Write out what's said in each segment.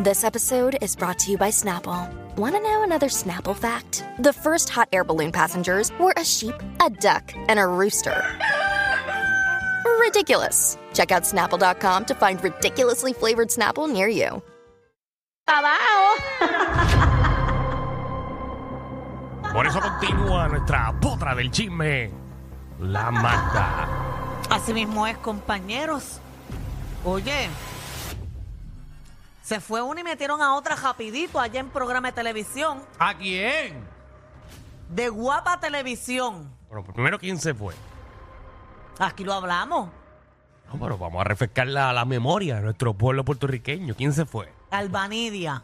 This episode is brought to you by Snapple. Want to know another Snapple fact? The first hot air balloon passengers were a sheep, a duck, and a rooster. Ridiculous. Check out snapple.com to find ridiculously flavored Snapple near you. Por eso continúa nuestra potra del chisme, la Magda. Así mismo es, compañeros. Oye, se fue una y metieron a otra rapidito allá en programa de televisión, ¿A quién? de Guapa Televisión. Bueno, pues primero, ¿quién se fue? Aquí lo hablamos. No, pero vamos a refrescar la, la memoria de nuestro pueblo puertorriqueño. ¿Quién se fue? Albanidia.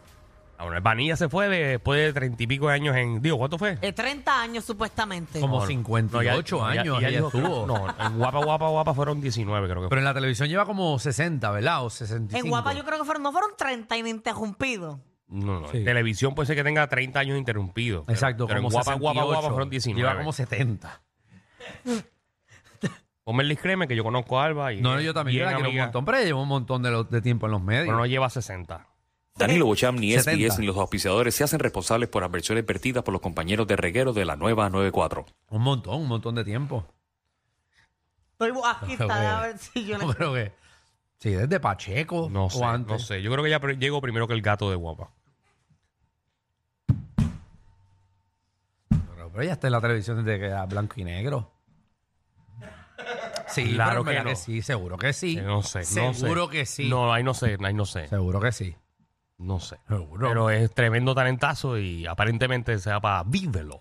Bueno, Vanilla se fue de- después de treinta y pico de años en... Digo, ¿cuánto fue? De 30 Eh, años supuestamente. Como No, 58 no, ya- años ya- ya ella dijo que- estuvo. No, en Guapa, Guapa, Guapa fueron 19, creo que fue. Pero en la televisión lleva como 60, ¿verdad? O 65. En Guapa yo creo que fueron, no fueron 30 ininterrumpidos. No, no, Sí. en televisión puede ser que tenga 30 años interrumpidos. pero- Exacto, pero en como Guapa, 68. Guapa, Guapa fueron 19. Lleva como 70. Ponme el disclaimer que yo conozco a Alba y... No, no, yo también. Yo bien la quiero un amiga, montón, pero ella lleva un montón de, lo- de tiempo en los medios. Pero no lleva 60. Danilo Bocham, ni 70. SBS, ni los auspiciadores se hacen responsables por adversiones vertidas por los compañeros de reguero de la nueva 94. Un montón, un montón de tiempo. Estoy bu- aquí Pero que- está, a ver si yo le... No, pero que. Sí, desde Pacheco. No o sé, antes. no sé. Yo creo que ella pr- llegó primero que el gato de Guapa. Pero, pero ella está en la televisión desde que era blanco y negro. Sí, Claro pero en que verdad no. sí, seguro que sí. Eh, No sé, no sé. Seguro que sí. No, ahí no sé, ahí no sé. Seguro que sí. No sé. Seguro. Pero es tremendo talentazo y aparentemente se va para vívelo.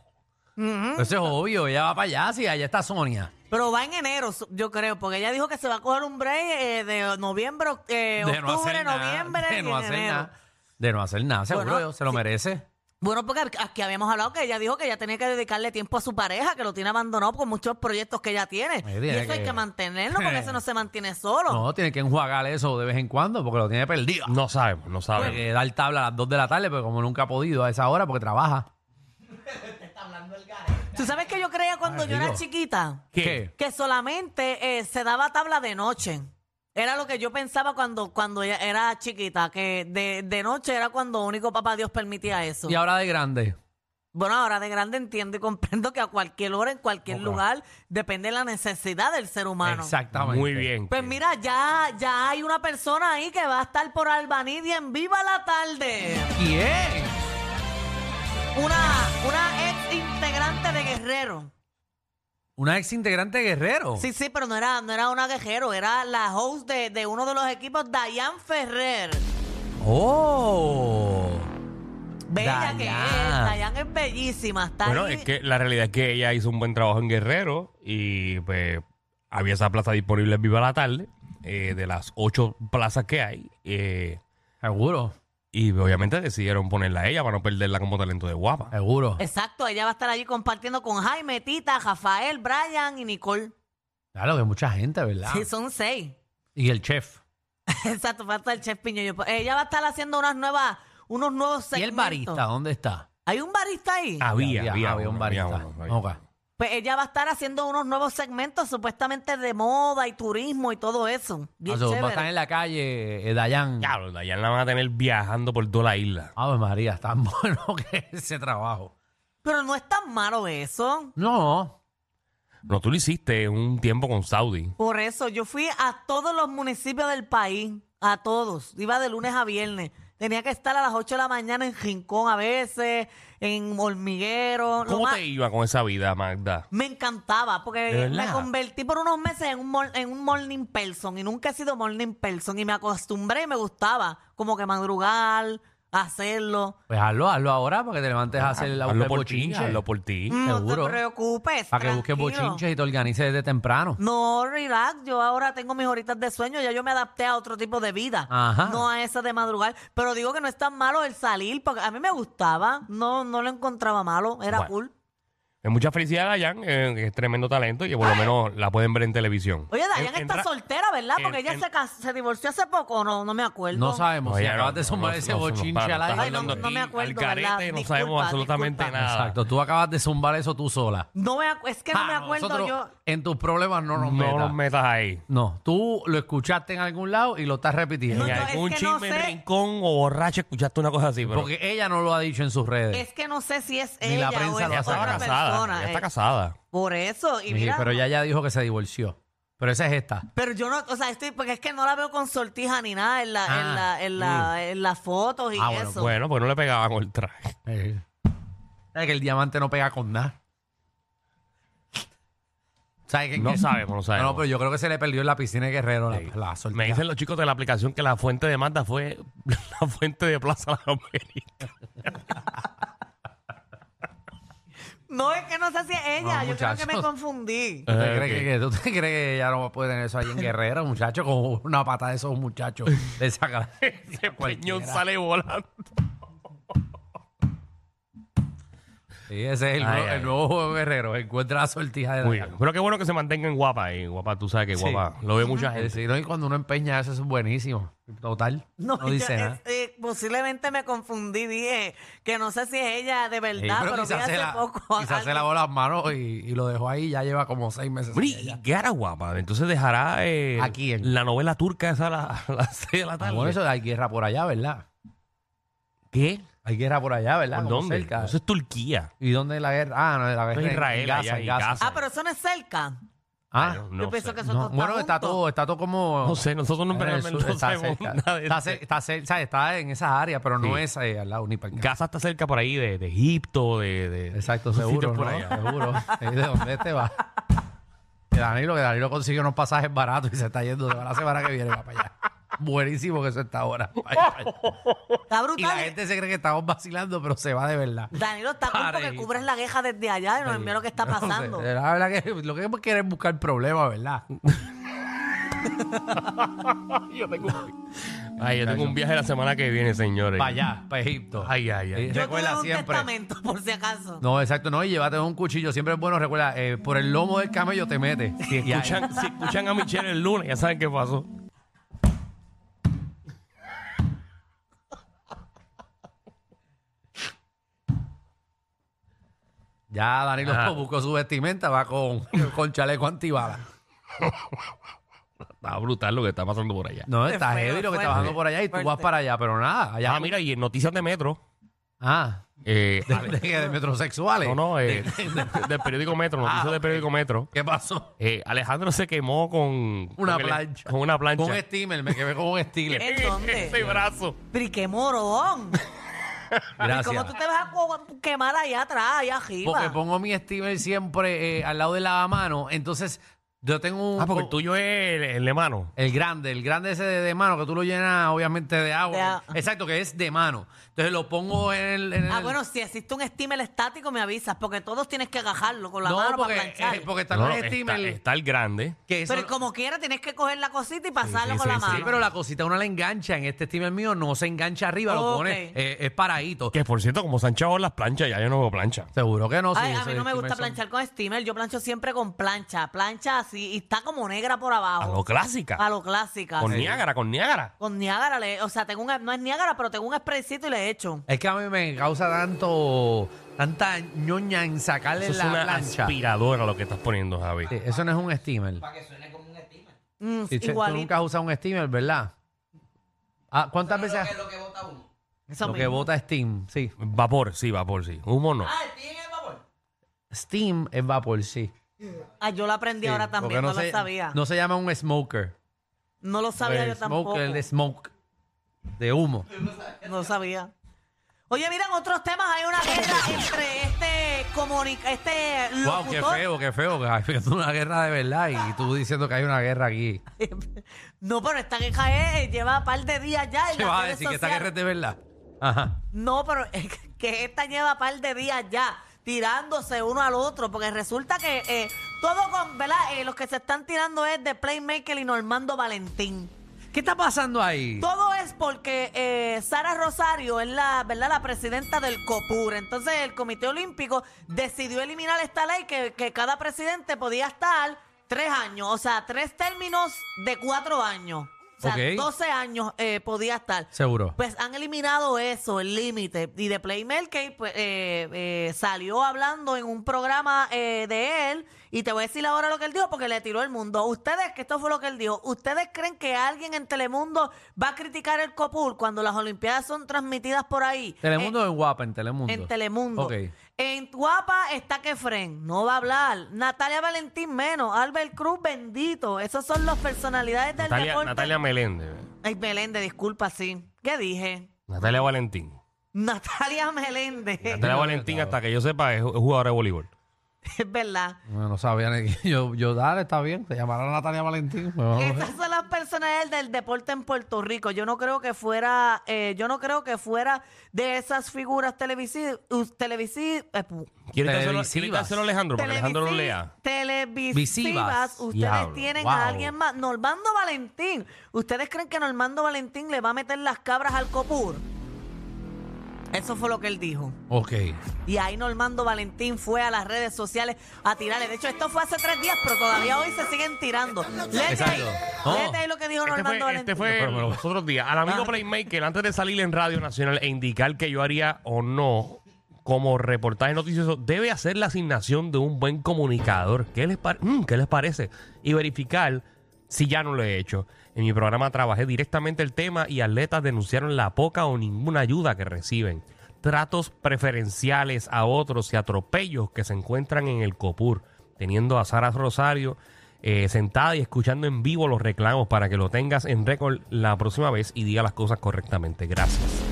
Ujú. Eso es obvio, ella va para allá, sí, allá está Sonia. Pero va en enero, su- yo creo, porque ella dijo que se va a coger un break eh, de noviembre, oc- eh, octubre, noviembre de y no en hacer enero. nada. De no hacer nada, seguro, Bueno, se lo merece. Bueno, porque aquí habíamos hablado que ella dijo que ella tenía que dedicarle tiempo a su pareja, que lo tiene abandonado con muchos proyectos que ella tiene. tiene y eso hay que- que mantenerlo porque eso no se mantiene solo. No, tiene que enjuagar eso de vez en cuando porque lo tiene perdido. No sabemos, no Tiene sabemos. que dar tabla a las 2 de la tarde, pero como nunca ha podido a esa hora porque trabaja. ¿Tú sabes que yo creía cuando Ay, yo era Dios. chiquita? ¿Qué? Que solamente eh, se daba tabla de noche. Era lo que yo pensaba cuando, cuando ella era chiquita, que de, de noche era cuando único papá Dios permitía eso. Y ahora de grande. Bueno, ahora de grande entiendo y comprendo que a cualquier hora, en cualquier lugar, depende de la necesidad del ser humano. Exactamente. Muy bien. Pues mira, ya, ya hay una persona ahí que va a estar por Albanidia en Viva la Tarde. ¿Quién? Una, una ex integrante de Guerrero. Una ex integrante de Guerrero. Sí, sí, pero no era, no era una Guerrero, era la host de, de uno de los equipos, Dayan Ferrer. Oh. Bella que es, Dayan. Dayan es bellísima, está Bueno, ahí. es que la realidad es que ella hizo un buen trabajo en Guerrero y pues había esa plaza disponible en Viva la Tarde, eh, de las ocho plazas que hay. eh, Seguro, y obviamente decidieron ponerla a ella para no perderla como talento de guapa. seguro. Exacto, ella va a estar allí compartiendo con Jaime, Tita, Rafael, Brian y Nicole. Claro, que mucha gente, ¿verdad? Sí, son seis. Y el chef. Exacto, falta el chef Piñollo. Ella va a estar haciendo unas nuevas, unos nuevos ¿Y segmentos. el barista dónde está? ¿Hay un barista ahí? Había, había, un uno, había barista. uno, había Ok. uno. Pues ella va a estar haciendo unos nuevos segmentos supuestamente de moda y turismo y todo eso. Bien Ah, so, va a chévere. estar en la calle, eh, Dayan. Claro, ya la van a tener viajando por toda la isla. Ave María, tan bueno que es ese trabajo. Pero no es tan malo eso. No, No, tú lo hiciste un tiempo con Saudi. Por eso yo fui a todos los municipios del país, a todos. Iba de lunes a viernes. Tenía que estar a las 8 de la mañana en Rincón a veces, en Hormiguero. Lo ¿Cómo más- te iba con esa vida, Magda? Me encantaba ¿De porque me verdad? convertí por unos meses en un, mor- en un morning person y nunca he sido morning person y me acostumbré y me gustaba como que madrugar, hacerlo. pues hazlo, hazlo ahora para que te levantes a hacer la Hazlo buscar por ti, bochinche. hazlo por ti. No Seguro. te preocupes. Para que busques tranquilo. bochinches y te organices desde temprano. No, relax. Yo ahora tengo mis horitas de sueño. Ya yo me adapté a otro tipo de vida. Ajá. No a esa de madrugar. Pero digo que no es tan malo el salir porque a mí me gustaba. No, no lo encontraba malo. Era Bueno. cool. Eh, Mucha felicidad a Dayan, eh, que es tremendo talento y que por lo menos la pueden ver en televisión. Oye, Dayan En- está entra- soltera, ¿verdad? Porque en- ella en- se, cas- se divorció hace poco, o no, no me acuerdo. No sabemos. No, si ya no, acabas de no, zumbar no, ese no, bochinche para, al estás aire. Ay, no, hablando no me aquí acuerdo, al carete, ¿verdad? no Disculpa, sabemos absolutamente disculpa. nada. Exacto. Tú acabas de zumbar eso tú sola. No me acu- es que no me Ah, acuerdo nosotros yo. En tus problemas no No nos metas. los metas ahí. No, tú lo escuchaste en algún lado y lo estás repitiendo. No, En yo- es algún que no chisme, sé. rincón o borracho escuchaste una cosa así. Pero porque ella no lo ha dicho en sus redes. Es que no sé si es Ni ella la o prensa es ella lo otra sabe. estaba otra casada. persona. ella eh. está casada. Por eso, y Sí, mira. pero ella ya dijo que se divorció. Pero esa es esta. Pero yo no, o sea, estoy, porque es que no la veo con sortija ni nada en, la, en, Ah, la, en, la, en las fotos y Ah, bueno, eso. Bueno, pues no le pegaban con el traje. Eh, ¿Sabes que el diamante no pega con nada? ¿Sabes que- No que- sabemos, no No, sabemos. no, pero yo creo que se le perdió en la piscina de Guerrero la- la, sortija. Me dicen los chicos de la aplicación que la fuente de Manda fue la fuente de Plaza de la América. No, es que no sé si es ella, No, yo creo que me muchachos. confundí. ¿Tú te, Ah, crees ok. que, tú te crees que ella no puede tener eso ahí en Guerrero, muchacho? Con una pata de esos muchachos. Le saca Ese peñón cualquiera. sale volando. Sí, ese es el, Ay, nuevo- ay. el nuevo juego de Guerrero. Encuentra la sortija de Muy la bien. Pero qué bueno que se mantengan guapa. Y guapa, tú sabes que Sí. guapa. Lo ve mucha gente. Sí, no, y cuando uno empeña eso, eso es buenísimo. Total. No, yo- dice es- nada. eh, posiblemente me confundí, dije que no sé si es ella de verdad, Sí, pero, vi hace poco. quizás se algo. lavó las manos y, y lo dejó ahí. Ya lleva como seis meses. Bueno, y- sin y ella. qué hará guapa. Entonces dejará eh, ¿A quién? la novela turca esa a la- a las 6 de la Ah, tarde. bueno, eso hay guerra por allá, ¿verdad? ¿Qué? Hay guerra por allá, ¿verdad? ¿Por Como dónde? cerca. Eso es Turquía. ¿Y dónde es la guerra? Ah, no, la guerra es en Israel, Gaza, allá en en Gaza. Gaza. Ah, pero eso no es cerca. Ah, Pero yo pienso sé. que eso No, todo bueno, está junto. todo, está todo como. No sé, nosotros no, en no el sur, Eh, está sabemos cerca. nada de Está, eso. cer- está cer- ¿sabes? Está en esa área, pero no Sí. es eh, al lado ni para acá. Gaza está cerca por ahí de, de Egipto, de, de- Exacto, de sitios seguro. por ¿no? allá. Seguro. Es de dónde este va. Que Danilo, que Danilo consiguió unos pasajes baratos y se está yendo. Se va la semana que viene, va para allá. Buenísimo que eso está ahora. Vaya, vaya. Está Y la brutal. gente se cree que estamos vacilando, pero se va de verdad. Danilo está cool porque Parejito. cubres la queja desde allá y nos envía lo que está No sé, pasando. la verdad que lo que queremos es buscar problemas, ¿verdad? Yo tengo, ay, yo tengo un viaje la semana que viene, señores. Para allá, para Egipto. Ay, ay, ay. Y Yo recuerda tuve un siempre. testamento, por si acaso. No, exacto, no, y llévate un cuchillo. Siempre es bueno, recuerda, eh, por el lomo del camello te metes. Si Y ahí- escuchan, si escuchan a Michelle el lunes, ya saben qué pasó. Ya Danilo Ajá. buscó su vestimenta, va con, con chaleco antibala. Está brutal lo que está pasando por allá. No, Qué está feo, heavy lo que fuerte, está bajando por allá y tú vas fuerte. para allá, pero nada, allá. Ah, mira, y en noticias de metro. Ah, eh, de, de- de metrosexuales. no, no, eh, de- del periódico Metro, noticias Ah, del periódico Metro. ¿Qué pasó? Eh, Alejandro se quemó con Una con el- plancha. con este una plancha. Con un steamer, me quemé con un steamer. ¿En dónde? Ese brazo. Pero ¿y qué morón? ¿Y Gracias. cómo tú te vas a co- quemar allá atrás, allá arriba? Porque pongo mi steamer siempre eh, al lado de la mano, entonces yo tengo un... Ah, porque el tuyo es el, el de mano. El grande, el grande ese de, de mano, que tú lo llenas obviamente de agua. De a- Exacto, que es de mano. Entonces lo pongo en el... en Ah, el- bueno, si existe un steamer estático, me avisas, porque todos tienes que agajarlo con la no, mano porque, para planchar. eh, porque está No, con no, el está, steamer... está el grande. que eso- Pero como quiera, tienes que coger la cosita y pasarla sí, con sí, la sí, mano. Sí, pero la cosita uno la engancha. En este steamer mío no se engancha arriba, lo Ok. pone, eh, es paradito. Que por cierto, como se han chavado las planchas, ya yo no veo plancha. Seguro que no. sí, Ay, a esos mí no me steamers gusta son- planchar con steamer, yo plancho siempre con plancha, plancha así, y está como negra por A abajo. lo clásica. Ah. A lo clásica. con sí. Niágara, con Niágara. Con Niágara, le- o sea, tengo un, no es Niágara, pero tengo un spraycito y le echo. Es que a mí me causa tanto, tanta ñoña en sacarle Eso es la una plancha. aspiradora lo que estás poniendo, Javi. Sí, eso no es un steamer. Mm, Y che, Tú igualito. nunca has usado un steamer, ¿verdad? Ah, ¿Cuántas veces? has- Eso Lo que mismo. bota Steam, sí. Vapor, sí, vapor, sí. Humo no. Ah, Steam es vapor, sí. Ah, yo lo aprendí Sí, ahora porque también, no, se, lo sabía. No, No se llama un smoker. lo sabía yo el tampoco. smoker de smoke, de humo. No lo sabía. Oye, mira, en otros temas hay una guerra entre este comunica, este Wow, qué locutor. feo, qué feo. que Hay una guerra de verdad y tú diciendo que hay una guerra aquí. no, pero esta queja es, lleva un par de días ya. en ¿Qué las vas a redes decir que esta sociales. guerra es de verdad? Ajá. No, pero es que esta lleva par de días ya tirándose uno al otro, porque resulta que eh, todo con, ¿verdad? Eh, los que se están tirando es de Playmaker y Normando Valentín. ¿Qué está pasando ahí? Todo es porque eh, Sara Rosario es la, ¿verdad? la presidenta del COPUR. Entonces el Comité Olímpico decidió eliminar esta ley que, que cada presidente podía estar tres años, o sea, tres términos de cuatro años. O sea, Ok. 12 años eh, podía estar. Seguro. Pues han eliminado eso, el límite. Y de Playmaker pues, eh, eh, salió hablando en un programa eh, de él. Y te voy a decir ahora lo que él dijo porque le tiró el mundo. Ustedes, que esto fue lo que él dijo, ¿ustedes creen que alguien en Telemundo va a criticar el COPUR cuando las Olimpiadas son transmitidas por ahí? Eh, Telemundo o en Guapa, en Telemundo. En Telemundo. Ok. En Guapa está Kefren, no va a hablar. Natalia Valentín menos. Albert Cruz, bendito. Esos son las personalidades del Natalia, deporte. Natalia Meléndez. Ay, Meléndez, disculpa, sí. ¿Qué dije? Natalia Valentín. Natalia Meléndez. Natalia Valentín, hasta que yo sepa, es es jugadora de voleibol. Es verdad. No, no sabía ni yo, yo dale, está bien. Se llamará Natalia Valentín. Oh. Bueno, Estas son las personalidades del deporte en Puerto Rico. Yo no creo que fuera, eh, yo no creo que fuera de esas figuras televisivas, televisivas, ¿Quiere dárselo, Televisivas. ¿quiere dárselo a Alejandro para que Alejandro lo lea? Visivas. televisivas. Ustedes Diablo, tienen wow. a alguien más. Normando Valentín. ¿Ustedes creen que Normando Valentín le va a meter las cabras al Copur? Eso fue lo que él dijo. ok. Y ahí Normando Valentín fue a las redes sociales a tirarle. De hecho, esto fue hace tres días, pero todavía hoy se siguen tirando. Léete ahí, Exacto. No. léete ahí lo que dijo Este Normando fue, Valentín. Ah. este fue los otros días. Al amigo Playmaker, antes de salir en Radio Nacional e indicar que yo haría o no como reportaje noticioso, debe hacer la asignación de un buen comunicador. ¿Qué les, par- mm, ¿Qué les parece? Y verificar si ya no lo he hecho. En mi programa trabajé directamente el tema y atletas denunciaron la poca o ninguna ayuda que reciben. Tratos preferenciales a otros y atropellos que se encuentran en el COPUR, teniendo a Sara Rosario eh, sentada y escuchando en vivo los reclamos para que lo tengas en récord la próxima vez y diga las cosas correctamente. Gracias.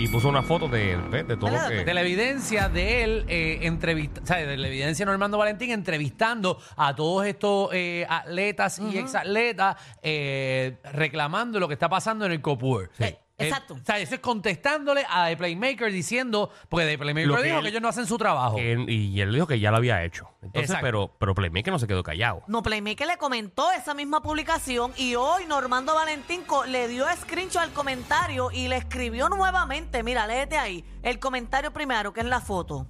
Y puso una foto de, ¿ves? de todo lo que... Televidencia de él, eh, entrevista, o sea, de la evidencia de Normando Valentín entrevistando a todos estos eh, atletas y exatletas eh, reclamando lo que está pasando en el Copur. Eh, exacto. o sea, eso es contestándole a The Playmaker diciendo, porque The Playmaker Lo que dijo él- que ellos no hacen su trabajo. que él- y él dijo que ya lo había hecho. Entonces, Exacto. pero, pero Playmaker no se quedó callado. No, Playmaker le comentó esa misma publicación y hoy Normando Valentín co- le dio screenshot al comentario y le escribió nuevamente. Mira, léete ahí. El comentario primero, que es la foto.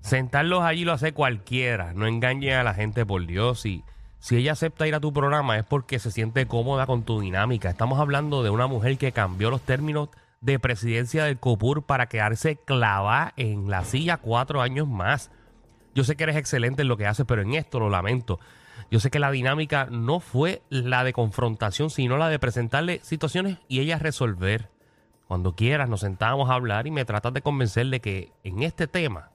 Sentarlos allí lo hace cualquiera. No engañen a la gente, por Dios. Si, si ella acepta ir a tu programa es porque se siente cómoda con tu dinámica. Estamos hablando de una mujer que cambió los términos de presidencia del COPUR para quedarse clavada en la silla cuatro años más. Yo sé que eres excelente en lo que haces, pero en esto lo lamento. Yo sé que la dinámica no fue la de confrontación, sino la de presentarle situaciones y ella resolver. Cuando quieras nos sentamos a hablar y me tratas de convencer de que en este tema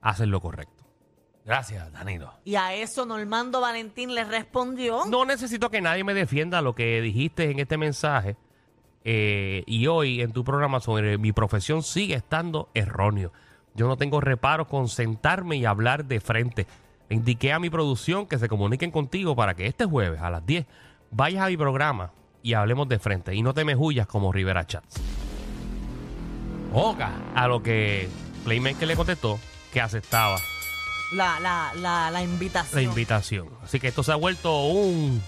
haces lo correcto. Gracias, Danilo. Y a eso Normando Valentín le respondió. No necesito que nadie me defienda lo que dijiste en este mensaje. eh, y hoy en tu programa sobre mi profesión sigue estando erróneo. Yo no tengo reparo con sentarme y hablar de frente. Le indiqué a mi producción que se comuniquen contigo para que este jueves a las 10 vayas a mi programa y hablemos de frente. Y no te me huyas como Rivera Chats. Oca. A lo que Playmaker le contestó que aceptaba La, la, la, la la invitación. invitación. Así que esto se ha vuelto un,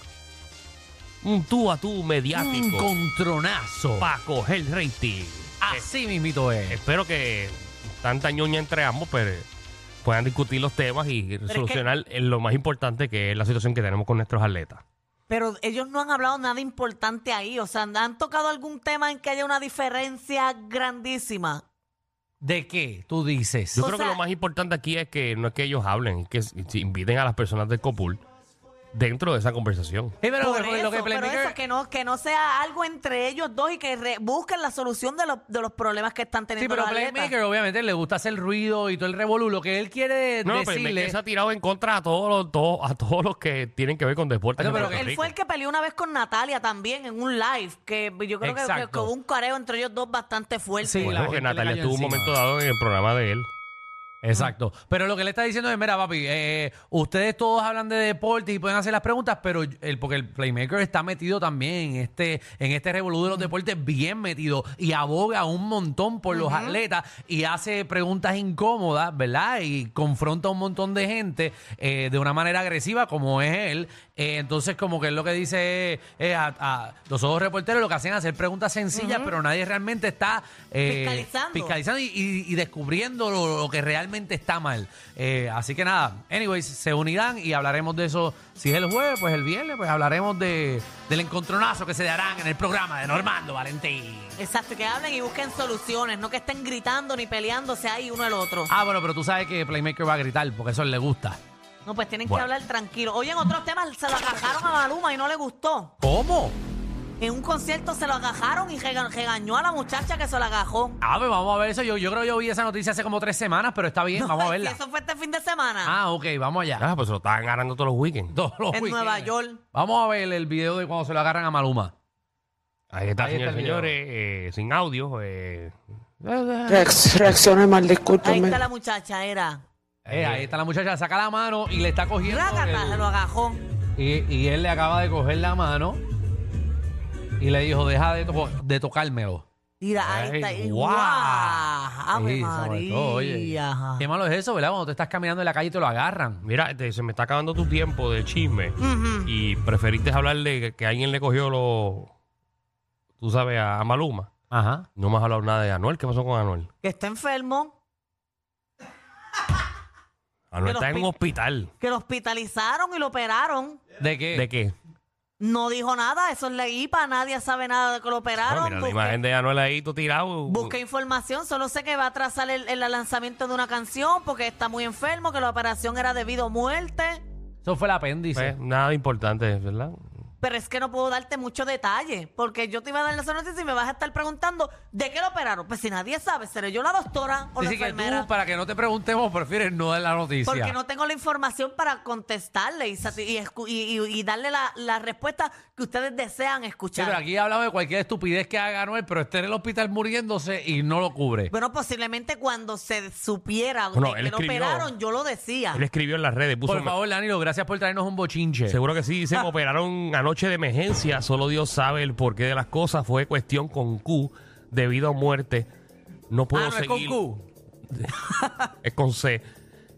un tú a tú Un mediático contronazo. para coger rating. Así mismito Eh, es. espero que tanta ñoña entre ambos pero eh, puedan discutir los temas y solucionar eh, lo más importante que es la situación que tenemos con nuestros atletas. Pero ellos no han hablado nada importante ahí. O sea, ¿han tocado algún tema en que haya una diferencia grandísima? ¿De qué tú dices? Yo O creo que sea- lo más importante aquí es que no es que ellos hablen, es que s- si inviten a las personas del Copul dentro de esa conversación. Eh, pero Por lo que- eso, lo que pero Playmaker- eso, que no, que no sea algo entre ellos dos y que re- busquen la solución de los, de los problemas que están Sí, teniendo pero los atletas. Playmaker obviamente le gusta hacer ruido y todo el revolú. Lo que él quiere No, pero decirle... Playmaker se ha tirado en contra a todos los, todo- a todos los que tienen que ver con deportes. No, en pero Puerto Él Rico. fue el que peleó una vez con Natalia también en un live, que yo creo que, Exacto. que hubo un careo entre ellos dos bastante fuerte. Sí, Bueno, la porque gente le Natalia cayó tuvo un encima. momento dado en el programa de él. Exacto. Pero lo que le está diciendo es, mira, papi, eh, ustedes todos hablan de deportes y pueden hacer las preguntas, pero el, porque el Playmaker está metido también en este, en este revolú de los deportes, bien metido, y aboga un montón por los atletas y hace preguntas incómodas, ¿verdad? Y confronta a un montón de gente eh, de una manera agresiva como es él. Eh, entonces, como que es lo que dice eh, eh, a, a los otros reporteros, lo que hacen es hacer preguntas sencillas, pero nadie realmente está eh, Fiscalizando. fiscalizando y, y- y descubriendo lo, lo que realmente está mal. Eh, así que nada, anyways, se unirán y hablaremos de eso. Si es el jueves, pues el viernes, pues hablaremos de, del encontronazo que se darán en el programa de Normando Valentín. Exacto, que hablen y busquen soluciones, no que estén gritando ni peleándose ahí uno al otro. Ah, bueno, pero tú sabes que Playmaker va a gritar porque eso le gusta. No, pues tienen Bueno. que hablar tranquilo. Oye, en otros temas se lo agajaron a Maluma y no le gustó. ¿Cómo? En un concierto se lo agajaron y rega- regañó a la muchacha que se lo agajó. A ver, Ah, pues vamos a ver eso. Yo, yo creo que yo vi esa noticia hace como tres semanas, pero está bien, vamos a verla. Eso fue este fin de semana. Ah, ok, vamos allá. Ah, pues se lo estaban ganando todos los weekends. Todos los en weekends. Nueva York. Vamos a ver el video de cuando se lo agarran a Maluma. Ahí está, Ahí está señores, el video. señores, eh, sin audio. eh. Reacc- Reacciona mal, Ahí discúlpame. está la muchacha, era. Eh, ahí está la muchacha, saca la mano y le está cogiendo. Rágata, el- se lo agajó. y, y él le acaba de coger la mano y le dijo, deja de, to- de tocármelo. Mira, ahí Ay, está. Y, guau. ¡Guau! ¡Ave Sí, sobre María! todo, oye, Ajá. Qué malo es eso, ¿verdad? Cuando te estás caminando en la calle y te lo agarran. Mira, este, se me está acabando tu tiempo de chisme Ujú. y preferiste hablarle que, que alguien le cogió los, tú sabes, a, a Maluma. Ajá. No me has hablado nada de Anuel. ¿Qué pasó con Anuel? Que está enfermo, Anuel Que los está en un pi- hospital. que lo hospitalizaron y lo operaron. ¿De qué? ¿De qué? No dijo nada, eso es la IPA, nadie sabe nada de que lo Ah, operaron. mira la Busqué- imagen de Anuel ahí, tú tirado. Busqué información, solo sé que va a atrasar el, el lanzamiento de una canción porque está muy enfermo, que la operación era debido a muerte. Eso fue el apéndice. Pues, nada importante, ¿verdad? Pero es que no puedo darte mucho detalle, porque yo te iba a dar esa noticia y me vas a estar preguntando de qué lo operaron. Pues si nadie sabe, ¿seré yo la doctora o la Así que enfermera? tú, para que no te preguntemos, prefieres no dar la noticia. Porque no tengo la información para contestarle y, sati- y escu- y- y- y darle la, la respuesta que ustedes desean Sí, escuchar. pero aquí hablamos de cualquier estupidez que haga Anuel, pero esté en el hospital muriéndose y no lo cubre. Bueno, posiblemente cuando se supiera de Bueno, que él lo escribió- operaron, yo lo decía. Él escribió en las redes, puso... Por favor, Danilo, gracias por traernos un bochinche. Ah, Seguro que sí, dice, Ah. me operaron anoche de emergencia, solo Dios sabe el porqué de las cosas, fue cuestión con Q, debido a muerte, no puedo Ah, no es seguir... con Q. es con C.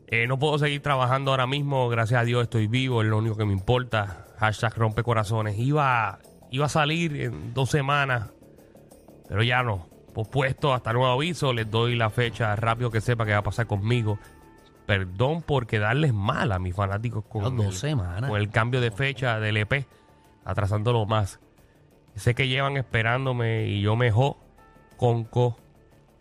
Eh, no puedo seguir trabajando ahora mismo. Gracias a Dios estoy vivo. Es lo único que me importa. Hashtag rompe corazones. Iba, iba a salir en dos semanas, pero ya no. Pospuesto hasta nuevo aviso. Les doy la fecha rápido que sepa que va a pasar conmigo. Perdón por quedarles mal a mis fanáticos con, Dos el- semanas. con el cambio de fecha del E EP, atrasándolo más. Sé que llevan esperándome y yo mejor conco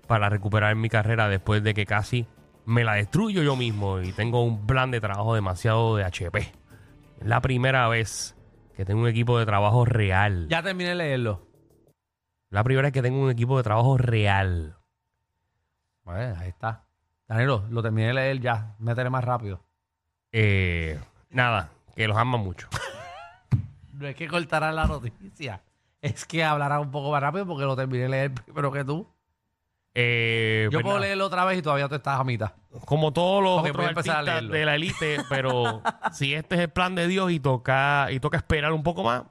para recuperar mi carrera después de que casi me la destruyo yo mismo y tengo un plan de trabajo demasiado de HP. Es la primera vez que tengo un equipo de trabajo real. Ya terminé de leerlo. La primera vez que tengo un equipo de trabajo real. Bueno, Pues, ahí está. Danilo, lo terminé de leer ya. Métele más rápido. Eh, nada, que los ama mucho. No es que cortará la noticia. Es que hablará un poco más rápido porque lo terminé de leer primero que tú. Eh, Yo pues puedo nada, leerlo otra vez y todavía tú estás a mitad. Como todos los Otro demás va a empezar a artistas leerlo. de la élite, pero si este es el plan de Dios y toca, y toca esperar un poco más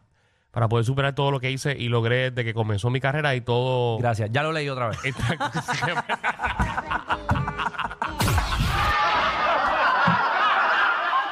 para poder superar todo lo que hice y logré desde que comenzó mi carrera y todo Gracias. Ya lo leí otra vez. Esta cosa se llama-